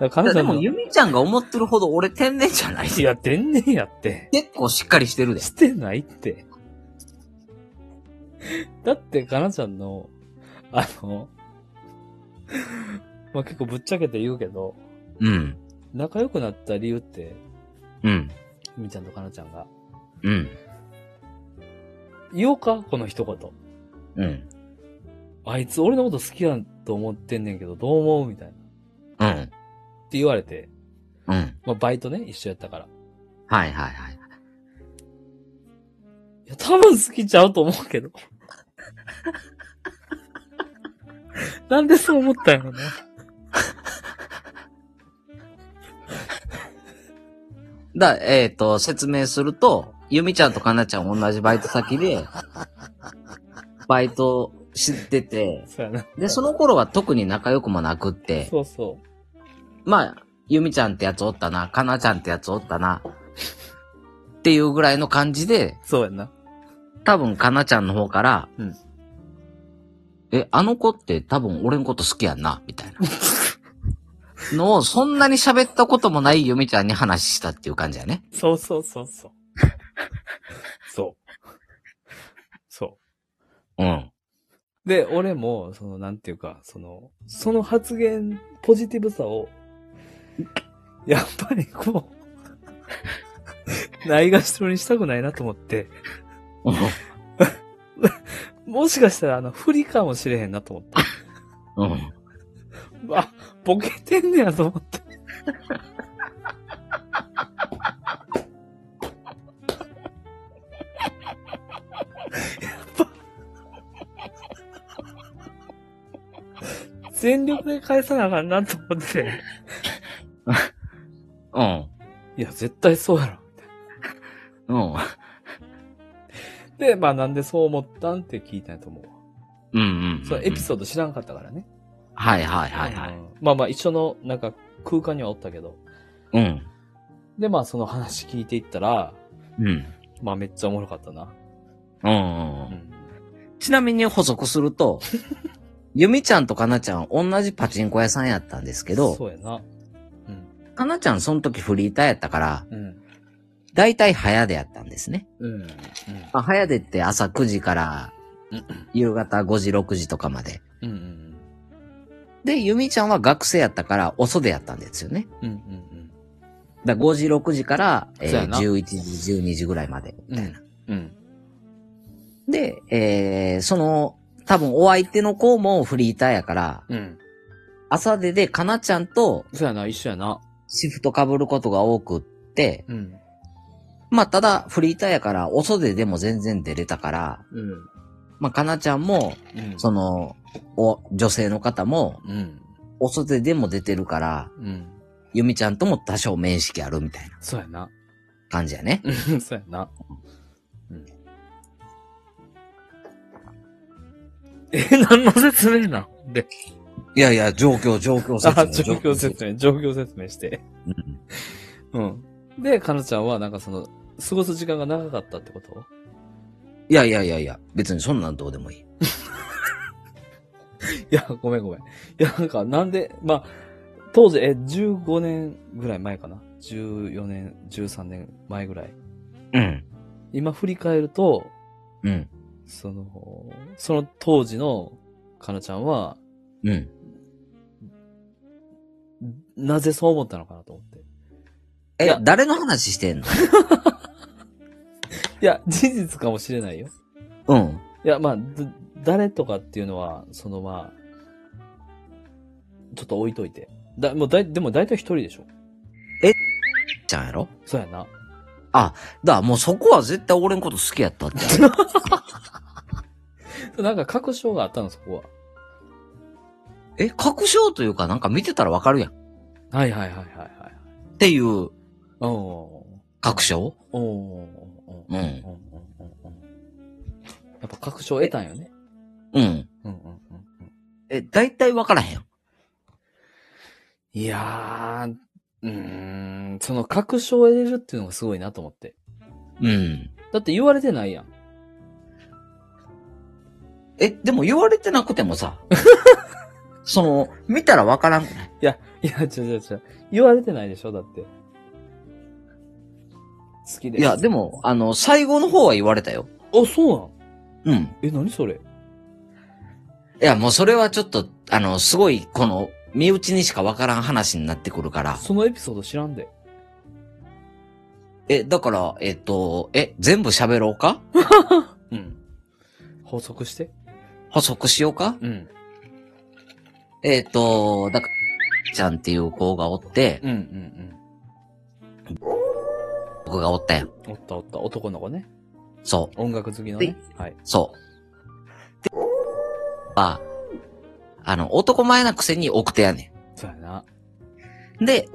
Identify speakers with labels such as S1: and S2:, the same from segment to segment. S1: だから彼
S2: いや
S1: 女
S2: で
S1: の
S2: も、ゆみちゃんが思ってるほど俺天然じゃない
S1: いや、天然やって。
S2: 結構しっかりしてるで。
S1: してないって。だって、かなちゃんの、あの、まあ、結構ぶっちゃけて言うけど、
S2: うん。
S1: 仲良くなった理由って、
S2: うん。
S1: ゆみちゃんとかなちゃんが、
S2: うん。
S1: 言おうかこの一言。
S2: うん。
S1: あいつ俺のこと好きやと思ってんねんけど、どう思うみたいな。っ
S2: うん。
S1: て言われて、
S2: うん。
S1: まあ、バイトね、一緒やったから。い
S2: はいはいはい。
S1: や、多分好きちゃうと思うけ ど。なんでそう思ったんやろな。
S2: だ、えっ、と、説明すると、ゆみちゃんとかなちゃん同じバイト先 で、バイトしてて、
S1: そうやな。
S2: で、その頃は特に仲良くもなくって、
S1: そうそう。
S2: まあ、ゆみちゃんってやつおったな、かなちゃんってやつおったな、っていうぐらいの感じで、
S1: そうやな。
S2: 多分かなちゃんの方から、
S1: うん
S2: え、あの子って多分俺のこと好きやんな、みたいな。のを、そんなに喋ったこともないゆみちゃんに話したっていう感じやね。
S1: そうそうそうそう。 そう。そ
S2: うん。
S1: う。で、俺も、その、なんていうか、その、その発言、ポジティブさを、やっぱりこう、 ないがしろにしたくないなと思って、もしかしたら、あの、不利かもしれへんなと思って。
S2: うん。
S1: あ、ボケてんねやと思って。やっぱ、全力で返さなあかんなと思って。
S2: うん。
S1: いや、絶対そうやろ。
S2: うん。
S1: で、まあなんでそう思ったんって聞いたんやと思うわ。
S2: うんうん。
S1: そのエピ
S2: ード。
S1: ソード知らんかったからね。
S2: はいはいはいは
S1: う
S2: い。
S1: んまあまあ一緒の、なんか空間にはおったけど。
S2: うん。
S1: で、まあその話聞いていったら、
S2: うん。
S1: まあめっちゃおもろかったな。
S2: うん
S1: う
S2: うん。
S1: ん
S2: ちなみに補足す ると、ゆみちゃんとかなちゃん同じパチンコ屋さんやったんですけど、
S1: そうやな。うん。
S2: かなちゃんその時フリーターやったから、
S1: うん。
S2: だいたい早出やったんですね。
S1: うん。うん。
S2: まあ、早出って朝9時から夕方5時、6時とかまで。
S1: うん。うん。
S2: で、ゆみちゃんは学生やったから遅でやったんですよね。
S1: うん。うん。
S2: だから5時、6時から、えー
S1: そうやな
S2: 11時、12時ぐらいまで、みたいな。
S1: うん。
S2: で、えーその、多分お相手の子もフリーターやから、
S1: うん。
S2: 朝出でかなちゃんと
S1: そうやな、一緒やな。
S2: シフト被ることが多くって、
S1: うん。
S2: まあただフリーターやから遅ででも全然出れたから、
S1: うん。
S2: まあかなちゃんも、
S1: うん。
S2: その、お、女性の方も、
S1: うん。
S2: 遅ででも出てるから、
S1: うん。
S2: ゆみちゃんとも多少面識あるみたいな
S1: そうやな。
S2: 感じやね。
S1: うん。そうやな。うん。え、何の説明なんで。
S2: いやいや、状況、状況
S1: あ、状況説明、状況説明して。
S2: 明。
S1: うん。で、かなちゃんは、なんかその、過ごす時間が長かったってこと
S2: いやいやいやいや、別にそんなんどうでもい
S1: い
S2: い。
S1: や、ごめんごめん。いや、なんか、なんで、まあ、当時、え、15年ぐらい前かな。14年、13年前ぐらい。
S2: うん。
S1: 今振り返ると、
S2: うん。
S1: その、その当時の、かなちゃんは、
S2: うん。
S1: なぜそう思ったのかなと思って。い
S2: え
S1: や、
S2: 誰の話してんの
S1: いや、事実かもしれないよ。
S2: うん。
S1: いや、まあ、ず誰とかっていうのは、そのまあ、ちょっと置いといて。だ、もうだい、でも大体一人でしょ。
S2: ちゃんやろ
S1: そうやな。
S2: だからもうそこは絶対俺のこと好きやっ たって。
S1: なんか確証があったの、そこは。
S2: え、確証というかなんか見てたらわかるやん。っ
S1: はいはいはいはいはい。
S2: ていう
S1: おー。
S2: 確証
S1: おーおーおーおーおーおーおー
S2: うん
S1: おーやっぱ確証得たんよね。
S2: うん。
S1: うんうんうんうん。
S2: え、大体わからへん。
S1: いやー、うーん、その確証を得れるっていうのがすごいなと思って。
S2: うん。
S1: だって言われてないやん。
S2: え、でも言われてなくてもさ、その、見たらわからんくない
S1: いや、いや、違う違う違う。言われてないでしょだって。好きです。
S2: いや、でも、あの、最後の方は言われたよ。
S1: あ、そうなん
S2: うん。
S1: え、何それ
S2: いや、もうそれはちょっと、あの、すごい、この、身内にしかわからん話になってくるから。
S1: そのエピソード知らんで。
S2: え、だから、えっと、え、全部喋ろうか
S1: うん。補足して。
S2: 補足しようか
S1: うん。
S2: えっと、だから、ちゃんっていう子がおって、
S1: うんうん
S2: 僕がおったやん。
S1: うん。おったおった。男の子ね。
S2: そう、
S1: 音楽好きのね。はい。
S2: そう。で、は、あの、男前なくせに奥手やね
S1: そうやな。
S2: ん。で、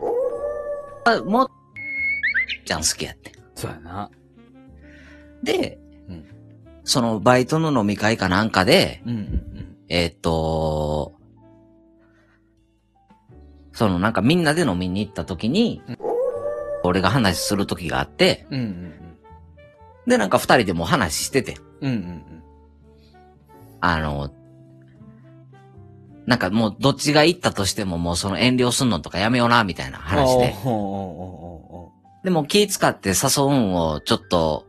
S2: あもう、ちゃん好きやってん。
S1: そうやな。
S2: で、
S1: うん
S2: そのバイトの飲み会かなんかで、
S1: うんうん
S2: えっと、そのなんかみんなで飲みに行った時に、俺が話する時があって、
S1: うん。うんうん
S2: でなんか二人でもう話してて、
S1: うん。うんうん
S2: あの、なんかもうどっちが行ったとしてももうその遠慮すんのとかやめような、みたいな
S1: うん。
S2: 話で。
S1: おうおうおうおうおう
S2: でも気使って誘うんをちょっと、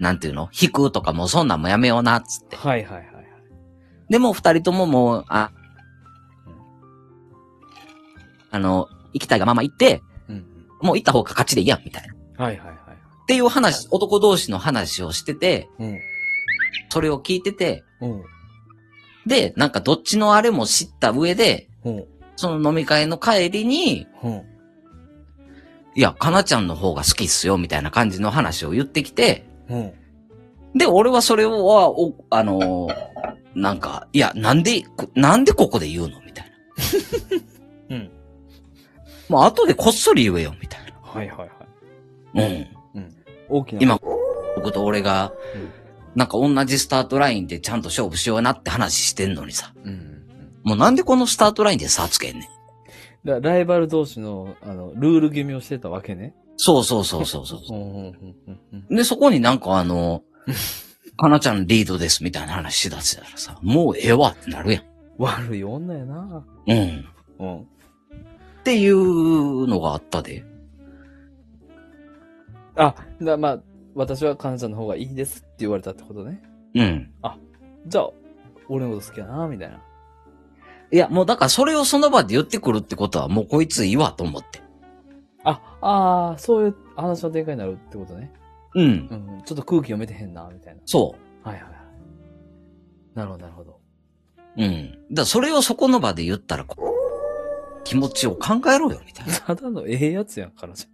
S2: なんていうの引くとかもうそんなんもやめような、つって。
S1: はいはいはいはい。
S2: でも二人とももう、あ、あの、行きたいがまま行って、
S1: うんうん。
S2: もう行った方が勝ちでいいやん、みたいな。っ
S1: はいはいはい。
S2: ていう話、男同士の話をしてて、
S1: うん。
S2: それを聞いてて、
S1: うん。
S2: で、なんかどっちのあれも知った上で、
S1: うん。
S2: その飲み会の帰りに、
S1: うん。
S2: いや、かなちゃんの方が好きっすよ、みたいな感じの話を言ってきて、
S1: うん。
S2: で、俺はそれは、おあのーなんか、いや、なんで、こなんでここで言うのみたい な。
S1: うん。
S2: もう後でこっそり言えよ、みたい
S1: はいはいはい。
S2: な。うん。
S1: 大きな。
S2: 今僕と俺が
S1: うん、
S2: なんか同じスタートラインでちゃんと勝負しようなって話してんのにさ。
S1: うんうんうん。
S2: もうなんでこのスタートラインで差つけんねん。
S1: だライバル同士の、あの、ルール決めをしてたわけね。
S2: そうそうそうそうそうう。
S1: んうんうんうん
S2: で、そこになんかあの、かなちゃんリードですみたいな話しだしたらさ、もうええわってなるや
S1: 悪い女やな。
S2: ん。うん。
S1: うん。
S2: っていうのがあったで。
S1: あ、だまあ、私はかなちゃんの方がいいですって言われたってことね。
S2: うん。
S1: じゃあ、俺のこと好きやな、みたいな。
S2: いや、もうだからそれをその場で言ってくるってことはもうこいついいわと思って。
S1: あ、ああ、そういう話の展開になるってことね。
S2: うん
S1: う。ん。ちょっと空気読めてへんな、みたいな。
S2: そ
S1: はいはいはい。なるほど、なるほど。
S2: う。うん。だからそれをそこの場で言ったら、こう気持ちを考えろよ、みたいな。
S1: ただのええやつやん、かなち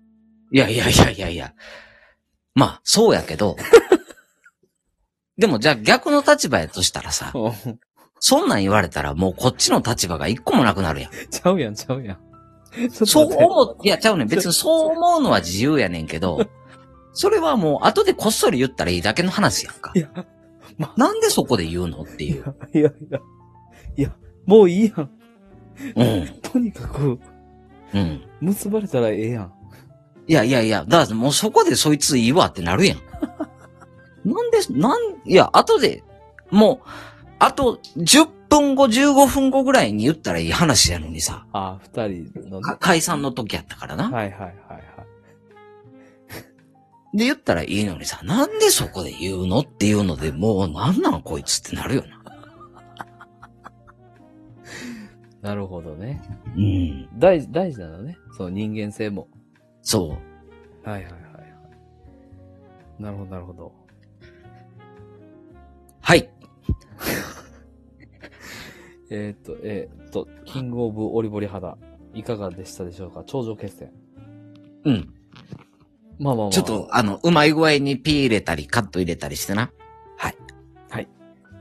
S2: いやいやいやいやいや。まあ、そうやけど。でもじゃあ逆の立場やとしたらさ
S1: ゃん。、うん
S2: そんなん言われたらもうこっちの立場が一個もなくなるやん。
S1: ちゃうやん、ちゃうやん。ちょっ
S2: そう
S1: と待って
S2: 思う、いやちゃうねん。別にそう思うのは自由やねんけど、それはもう後でこっそり言ったらいいだけの話やんか
S1: い。や、ま
S2: なんでそこで言うのっていう。
S1: いやいや。いや、もういいやん。
S2: うん。
S1: とにかく、
S2: うん。
S1: 結ばれたらええやん。
S2: いやいやいや、だからもうそこでそいついいわってなるやん。なん で、なん、いや、後で、もう、あと10分後、15分後ぐらいに言ったらいい話やのにさ、
S1: ああ、二人のね。
S2: か
S1: は
S2: 解散の時やったからな。
S1: いはいはいはい。
S2: で言ったらいいのにさ、なんでそこで言うのっていうので、もうなんなんこいつってなるよな。
S1: なるほどね。
S2: うん。
S1: 大事、大事なのね。その人間性も。
S2: そ
S1: はいはいはいはい。なるほどなるほど。
S2: う。はい。
S1: えー、っと、えー、っと、キングオブオリボリ肌。いかがでしたでしょうか頂上決戦。
S2: うん。
S1: まあまあまあ。
S2: ちょっ。と、あの、うまい具合にピー入れたり、カット入れたりしてな。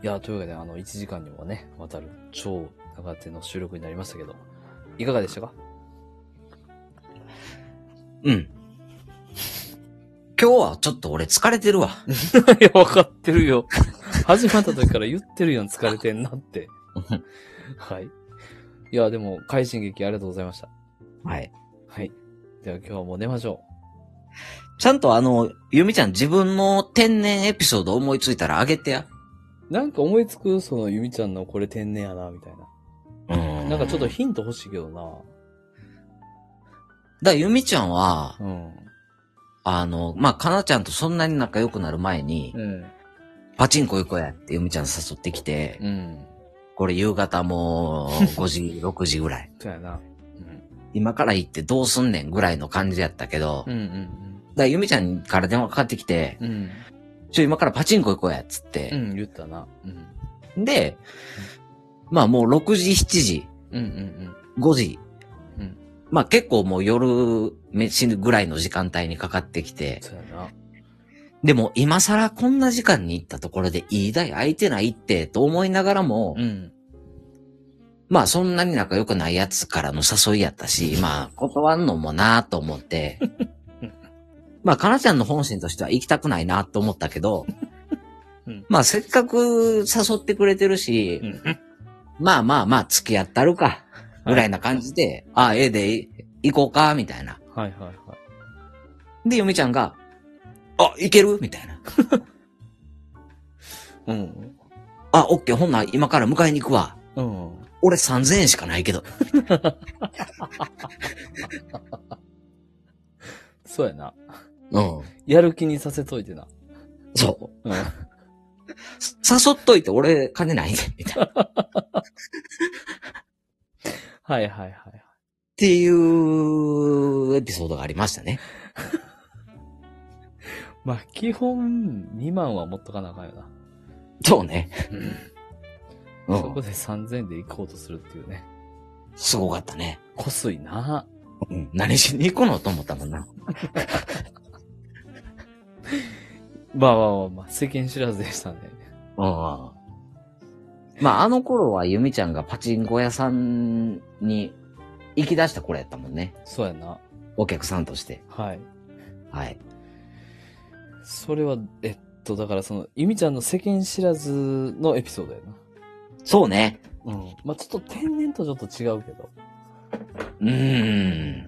S1: いや、というわけで、あの、1時間にもね、わたる超長手の収録になりましたけど、いかがでしたか
S2: うん。今日はちょっと俺疲れてるわ。
S1: いや、わかってるよ。始まった時から言ってるやん、疲れてんな って。はい。いや、でも、快進撃ありがとうございました。
S2: はい。
S1: はい。では今日はもう寝ましょ
S2: ちゃんとあの、ゆみちゃん自分の天然エピソード思いついたらあげてや。
S1: う。なんか思いつく、その、ゆみちゃんのこれ天然やな、みたいな。
S2: うん。
S1: なんかちょっとヒント欲しいけど
S2: だから、ゆみちゃんは、
S1: な。うん。
S2: あの、まあ、かなちゃんとそんなに仲良くなる前に、
S1: うん。
S2: パチンコ行こうやってゆみちゃん誘ってきて、
S1: うん。
S2: これ夕方もう 5時、6時ぐらい。
S1: そうやな。
S2: 今から行ってどうすんねんぐらいの感じやったけど、
S1: うん。う
S2: だか
S1: ん
S2: らゆみちゃんから電話かかってきて、
S1: うん。うん。
S2: ちょ、今からパチンコ行こうやっつって
S1: う、ん、言ったな。うん。
S2: で、まあもう6時、7時、
S1: うんうん
S2: 5時、
S1: うん
S2: まあ結構もう夜飯ぐらいの時間帯にかかってき
S1: うん。
S2: て、
S1: そうやな。
S2: でも今更こんな時間に行ったところでいい台空いてないってと思いながらも、
S1: うん。
S2: まあそんなに仲良くないやつからの誘いやったし、まあ断んのもなと 思って、まあかなちゃんの本心としては行きたくないなと思ったけど、
S1: うん
S2: まあせっかく誘ってくれてるし、
S1: うん。
S2: まあまあまあ、付き合ったるか、ぐらいな感じで、ああ、ええで、い行こうか、みたいな。
S1: はいはいはい。
S2: で、ゆみちゃんが、あ、行けるみたいな。
S1: うん。
S2: あ、オッケー、ほんなら今から迎えに行くわ。
S1: うん。
S2: 俺3000円しかないけど。
S1: そうやな。
S2: うん。
S1: やる気にさせといてな。
S2: そう。
S1: うん。
S2: 誘っといて俺金ないね、みたいな。っ
S1: はいはいはいはい。
S2: ていうエピソードがありましたね。
S1: まあ、基本2万は持っとかなあかんよな。
S2: そうね。う
S1: そこ
S2: ん。
S1: で3000円で行こうとするっていうね。
S2: すごかったね。
S1: こすいな。
S2: うん。何しに行くのと思ったもんな。
S1: まあまあまあまあ、世間知らずでしたね。
S2: うん。まあ、あの頃はゆみちゃんがパチンコ屋さんに行き出した頃やったもんね。
S1: そうやな。
S2: お客さんとして。
S1: はい。
S2: はい。
S1: それは、えっと、だからその、ゆみちゃんの世間知らずのエピソードや
S2: そうね。
S1: な。うん。まあちょっと天然とちょっと違うけど。う
S2: うーん。
S1: ん。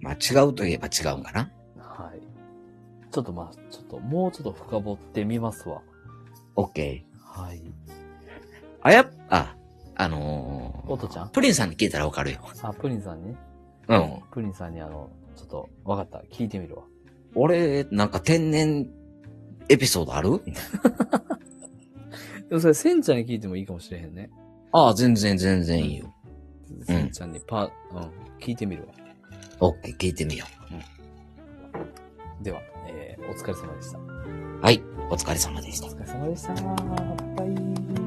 S2: まあ、違うといえば違うんかな。
S1: はい。ちょっとまあちょっと、もうちょっと深掘ってみますわ。
S2: OK。
S1: はい。
S2: あやっ、あ、あのー、
S1: おとちゃん
S2: プリンさんに聞いたらわかるよ。
S1: あ、プリンさんね。
S2: うん。
S1: プリンさんにあの、ちょっと、わかった。聞いてみるわ。
S2: 俺、なんか天然エピソードあるみたいな
S1: でもそれ、センちゃんに聞いてもいいかもしれへんね。
S2: ああ、全然全然いいよ。
S1: センちゃんにパ、うん、聞いてみるわ。
S2: OK、聞いてみよ
S1: では、えー、お疲れ様でした。
S2: う。はい、お疲れ様でした
S1: お。疲れ様でした。バイバイ。